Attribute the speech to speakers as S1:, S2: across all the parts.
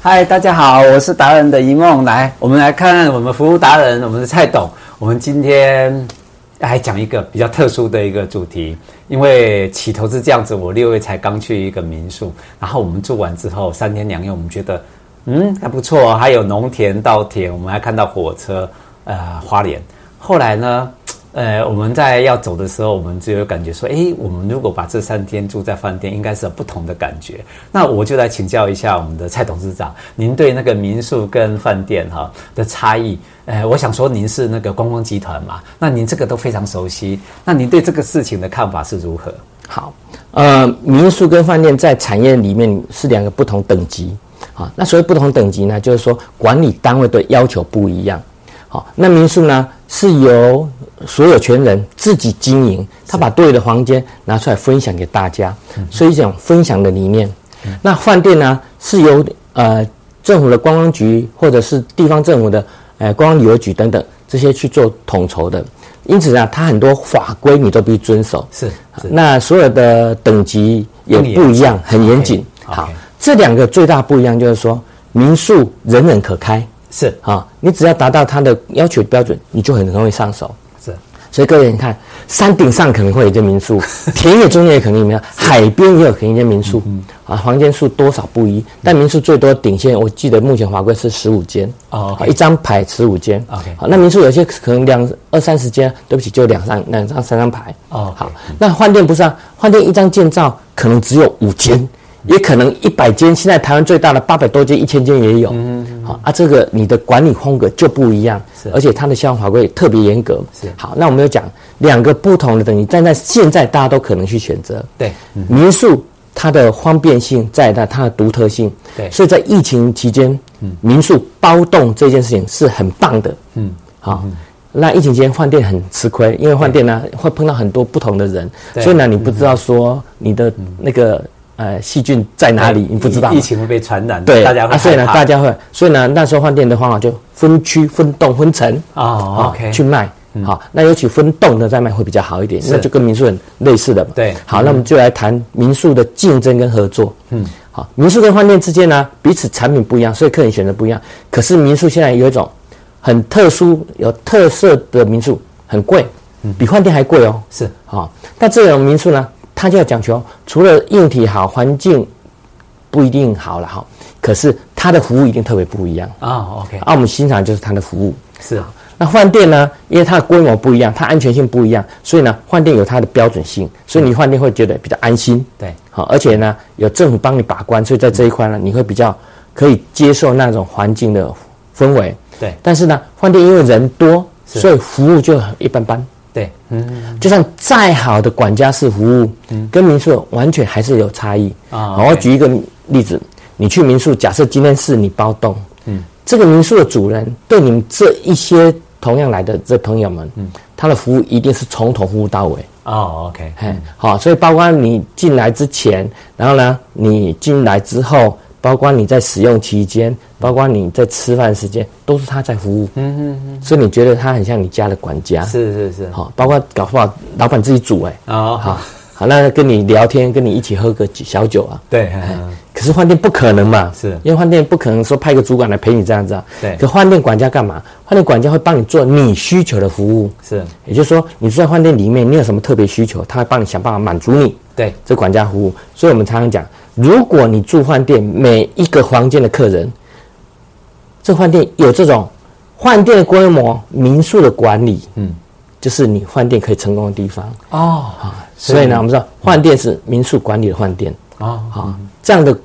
S1: 嗨，大家好，我是达人的一梦。来，我们来看看我们服务达人，我们的蔡董。我们今天来讲一个比较特殊的一个主题，因为起头是这样子，我六月才刚去一个民宿，然后我们住完之后三天两夜，我们觉得嗯还不错哦，还有农田、稻田，我们还看到火车，呃，花莲。后来呢，呃，我们在要走的时候，我们就有感觉说，诶，我们如果把这三天住在饭店，应该是有不同的感觉。那我就来请教一下我们的蔡董事长，您对那个民宿跟饭店哈、的差异，呃，我想说您是那个观光集团嘛，那您这个都非常熟悉，那您对这个事情的看法是如何？
S2: 好，呃，民宿跟饭店在产业里面是两个不同等级。好，那所谓不同等级呢，就是说管理单位的要求不一样。好，那民宿呢是由所有权人自己经营，他把多余的房间拿出来分享给大家，
S1: 嗯
S2: 所以一种分享的理念。那饭店呢是由呃政府的观光局或者是地方政府的呃观光旅游局等等这些去做统筹的，因此呢，它很多法规你都必须遵守。
S1: 是是
S2: 那所有的等级也不一样，很严谨。
S1: OK，
S2: 好
S1: OK，
S2: 这两个最大不一样就是说，民宿人人可开，
S1: 是
S2: 啊，你只要达到它的要求标准，你就很容易上手。
S1: 是，
S2: 所以各位，你看，山顶上可能会有一间 民宿，田野中间也可能有民宿，海边也有可能一间民宿，
S1: 嗯
S2: 啊，房间数多少不一，但民宿最多顶限，我记得目前法规是十五间，
S1: 哦，OK
S2: 啊一张牌十五间
S1: OK
S2: 好，那民宿有些可能两二三十间，对不起，就两张两张三张牌，
S1: 哦，OK
S2: 好，那饭店不是啊，饭店一张建造可能只有五间。也可能一百间，现在台湾最大的八百多间、一千间也
S1: 嗯
S2: 有。好啊，这个你的管理风格就不一样，而且它的消防法规也特别严格。
S1: 是
S2: 好，那我们有讲两个不同的等级，但在现在大家都可能去选择。
S1: 对嗯
S2: 民宿它的方便性在那它的独特性，
S1: 对嗯
S2: 所以在疫情期间，民宿包栋这件事情是很棒的，嗯，好。那疫情期间饭店很吃亏，因为饭店呢会碰到很多不同的人，
S1: 对嗯
S2: 所以呢你不知道说你的那个呃细菌在哪里，你不知道嘛
S1: 疫。情会被传染，
S2: 对，
S1: 大家会
S2: 啊所以呢
S1: 害怕
S2: 大家会，所以呢那时候饭店的方法就分区、分栋、分层，
S1: 哦
S2: 啊
S1: ，OK，嗯
S2: 去卖。好，那尤其分栋的再卖会比较好一点，
S1: 是
S2: 那就跟民宿很类似的嘛。
S1: 对
S2: 好，那我们就来谈民宿的竞争跟合作。嗯，好，民宿跟饭店之间呢，彼此产品不一样，所以客人选择不一样。可是民宿现在有一种很特殊、有特色的民宿，很贵，比饭店还贵哦。
S1: 嗯是
S2: 好、但这种民宿呢，它就要讲求除了硬体好，环境不一定好了哈、可是它的服务一定特别不一样。
S1: 哦，OK，
S2: 啊，我们欣赏就是它的服务。
S1: 是
S2: 那饭店呢？因为它的规模不一样，它安全性不一样，所以呢，饭店有它的标准性，所以你饭店会觉得比较安心。
S1: 对
S2: 好，而且呢，有政府帮你把关，所以在这一块呢，你会比较可以接受那种环境的氛围。
S1: 对
S2: 但是呢，饭店因为人多，所以服务就很一般般。
S1: 对，嗯，
S2: 就算再好的管家式服务，跟民宿完全还是有差异
S1: 啊
S2: 好我举一个例子，你去民宿，假设今天是你包栋，嗯，这个民宿的主人对你们这一些同样来的这朋友们，嗯，他的服务一定是从头服务到尾，
S1: 哦，OK，
S2: 哎，好，所以包括你进来之前，然后呢，你进来之后，包括你在使用期间，包括你在吃饭时间，都是他在服务，嗯嗯嗯，所以你觉得他很像你家的管家，
S1: 是是是，
S2: 好，哦包括搞不好老板自己煮哎、
S1: 哦，
S2: 好，好，那跟你聊天，跟你一起喝个小酒啊。
S1: 对，嗯
S2: 可是饭店不可能嘛，
S1: 是
S2: 因为饭店不可能说派一个主管来陪你这样子啊。
S1: 对
S2: 可饭店管家干嘛？饭店管家会帮你做你需求的服务，
S1: 是，
S2: 也就是说你住在饭店里面，你有什么特别需求，他会帮你想办法满足你。
S1: 对
S2: 这管家服务，所以我们常常讲，如果你住饭店，每一个房间的客人，这饭店有这种饭店的规模、民宿的管理，嗯，就是你饭店可以成功的地方。
S1: 哦
S2: 所以呢，我们说换店是民宿管理的换店
S1: 哦，
S2: 啊，这样的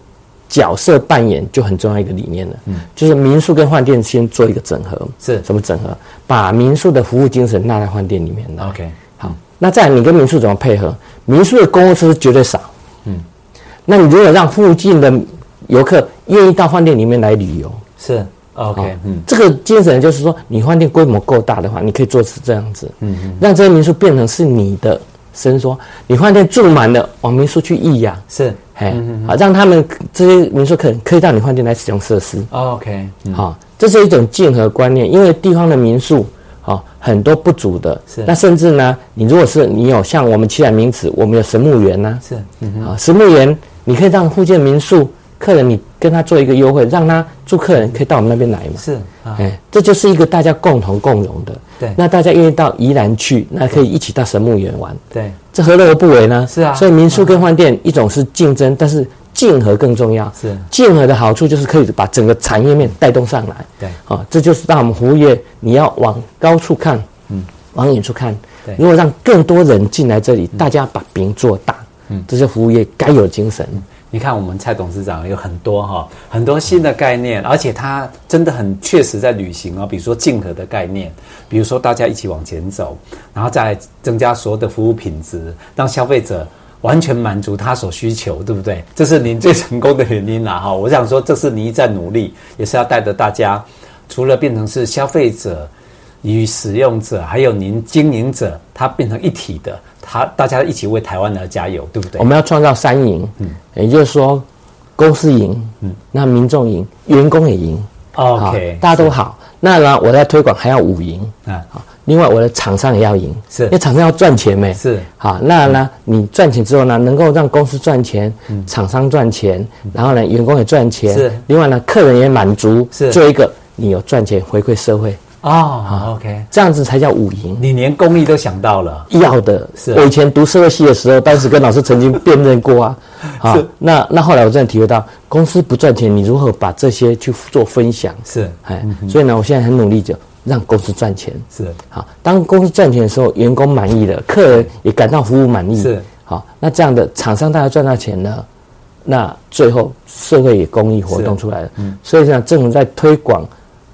S2: 角色扮演就很重要一个理念了。嗯，就是民宿跟换店先做一个整合，
S1: 是
S2: 什么整合？把民宿的服务精神纳在换店里面来。
S1: OK
S2: 好，那再来你跟民宿怎么配合？民宿的公共设施绝对少，嗯，那你如果让附近的游客愿意到饭店里面来旅游，
S1: 是 OK，嗯。
S2: 这个精神就是说，你饭店规模够大的话，你可以做成这样子，嗯嗯，让这些民宿变成是你的伸缩。你饭店住满了，往民宿去溢呀、
S1: 是
S2: 嘿，好，让他们这些民宿客人可以到你饭店来使用设施，
S1: ，OK，嗯
S2: 好、这是一种竞合观念，因为地方的民宿。好，很多不足的，
S1: 是
S2: 那甚至呢，你如果是你有像我们七海名址，我们有神木园呐、
S1: 是，嗯
S2: 啊，石木园，你可以让附近的民宿客人你跟他做一个优惠，让他住客人可以到我们那边来嘛。
S1: 是啊，
S2: 哎，这就是一个大家共同共荣的。
S1: 对
S2: 那大家愿意到宜兰去，那可以一起到神木园玩，
S1: 对，
S2: 这何乐而不为呢？
S1: 是啊
S2: 所以民宿跟饭店一种是竞争，但是竞合更重要。
S1: 是
S2: 竞合的好处就是可以把整个产业面带动上来。
S1: 对
S2: 啊，这就是让我们服务业你要往高处看，嗯，往远处看。
S1: 对嗯
S2: 如果让更多人进来这里，大家把饼做大，嗯，这是服务业该有精神。
S1: 你看我们蔡董事长有很多哈、很多新的概念，而且他真的很确实在履行哦。比如说竞合的概念，比如说大家一起往前走，然后再增加所有的服务品质，让消费者。完全满足他所需求，对不对？这是您最成功的原因啦，哈！我想说，这是你一再努力，也是要带着大家，除了变成是消费者与使用者，还有您经营者，他变成一体的，他大家一起为台湾而加油，对不对
S2: 我？们要创造三赢，嗯，也就是说，公司赢，嗯，那民众赢，员工也赢好
S1: OK，
S2: 大家都好。那呢，我在推广还要五赢，
S1: 啊，
S2: 好，另外我的厂商也要赢，
S1: 是
S2: 因为厂商要赚钱没？
S1: 是
S2: 好，那呢，你赚钱之后呢，能够让公司赚钱，厂商赚钱，然后呢，员工也赚钱，
S1: 嗯是
S2: 另外呢，客人也满足，
S1: 是
S2: 做一个你有赚钱回馈社会，
S1: 哦，OK，
S2: 这样子才叫五赢。
S1: 你连公益都想到了，
S2: 要的。
S1: 是
S2: 我以前读社会系的时候，当时跟老师曾经辩论过 啊。啊，那那后来我真的体会到，公司不赚钱，你如何把这些去做分享？
S1: 是
S2: 哎，所以呢，我现在很努力就让公司赚钱。
S1: 是
S2: 好，当公司赚钱的时候，员工满意了，客人也感到服务满意。
S1: 是
S2: 好，那这样的厂商大家赚到钱了，那最后社会也公益活动
S1: 是嗯
S2: 出来了。所以呢，政府在推广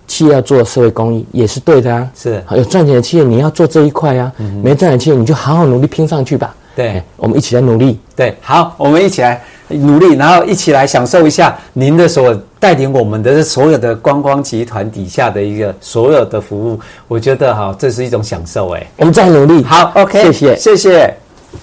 S2: 企业要做社会公益也是对的啊。
S1: 是嗯
S2: 好有赚钱的企业你要做这一块啊，没赚钱的企业你就好好努力拼上去吧。
S1: 对
S2: 哎，我们一起来努力。
S1: 对，好，我们一起来努力，然后一起来享受一下您的所带领我们的所有的观光集团底下的一个所有的服务，我觉得哈，这是一种享受哎。
S2: 我们再努力。
S1: 好，OK，
S2: 谢谢
S1: 谢谢。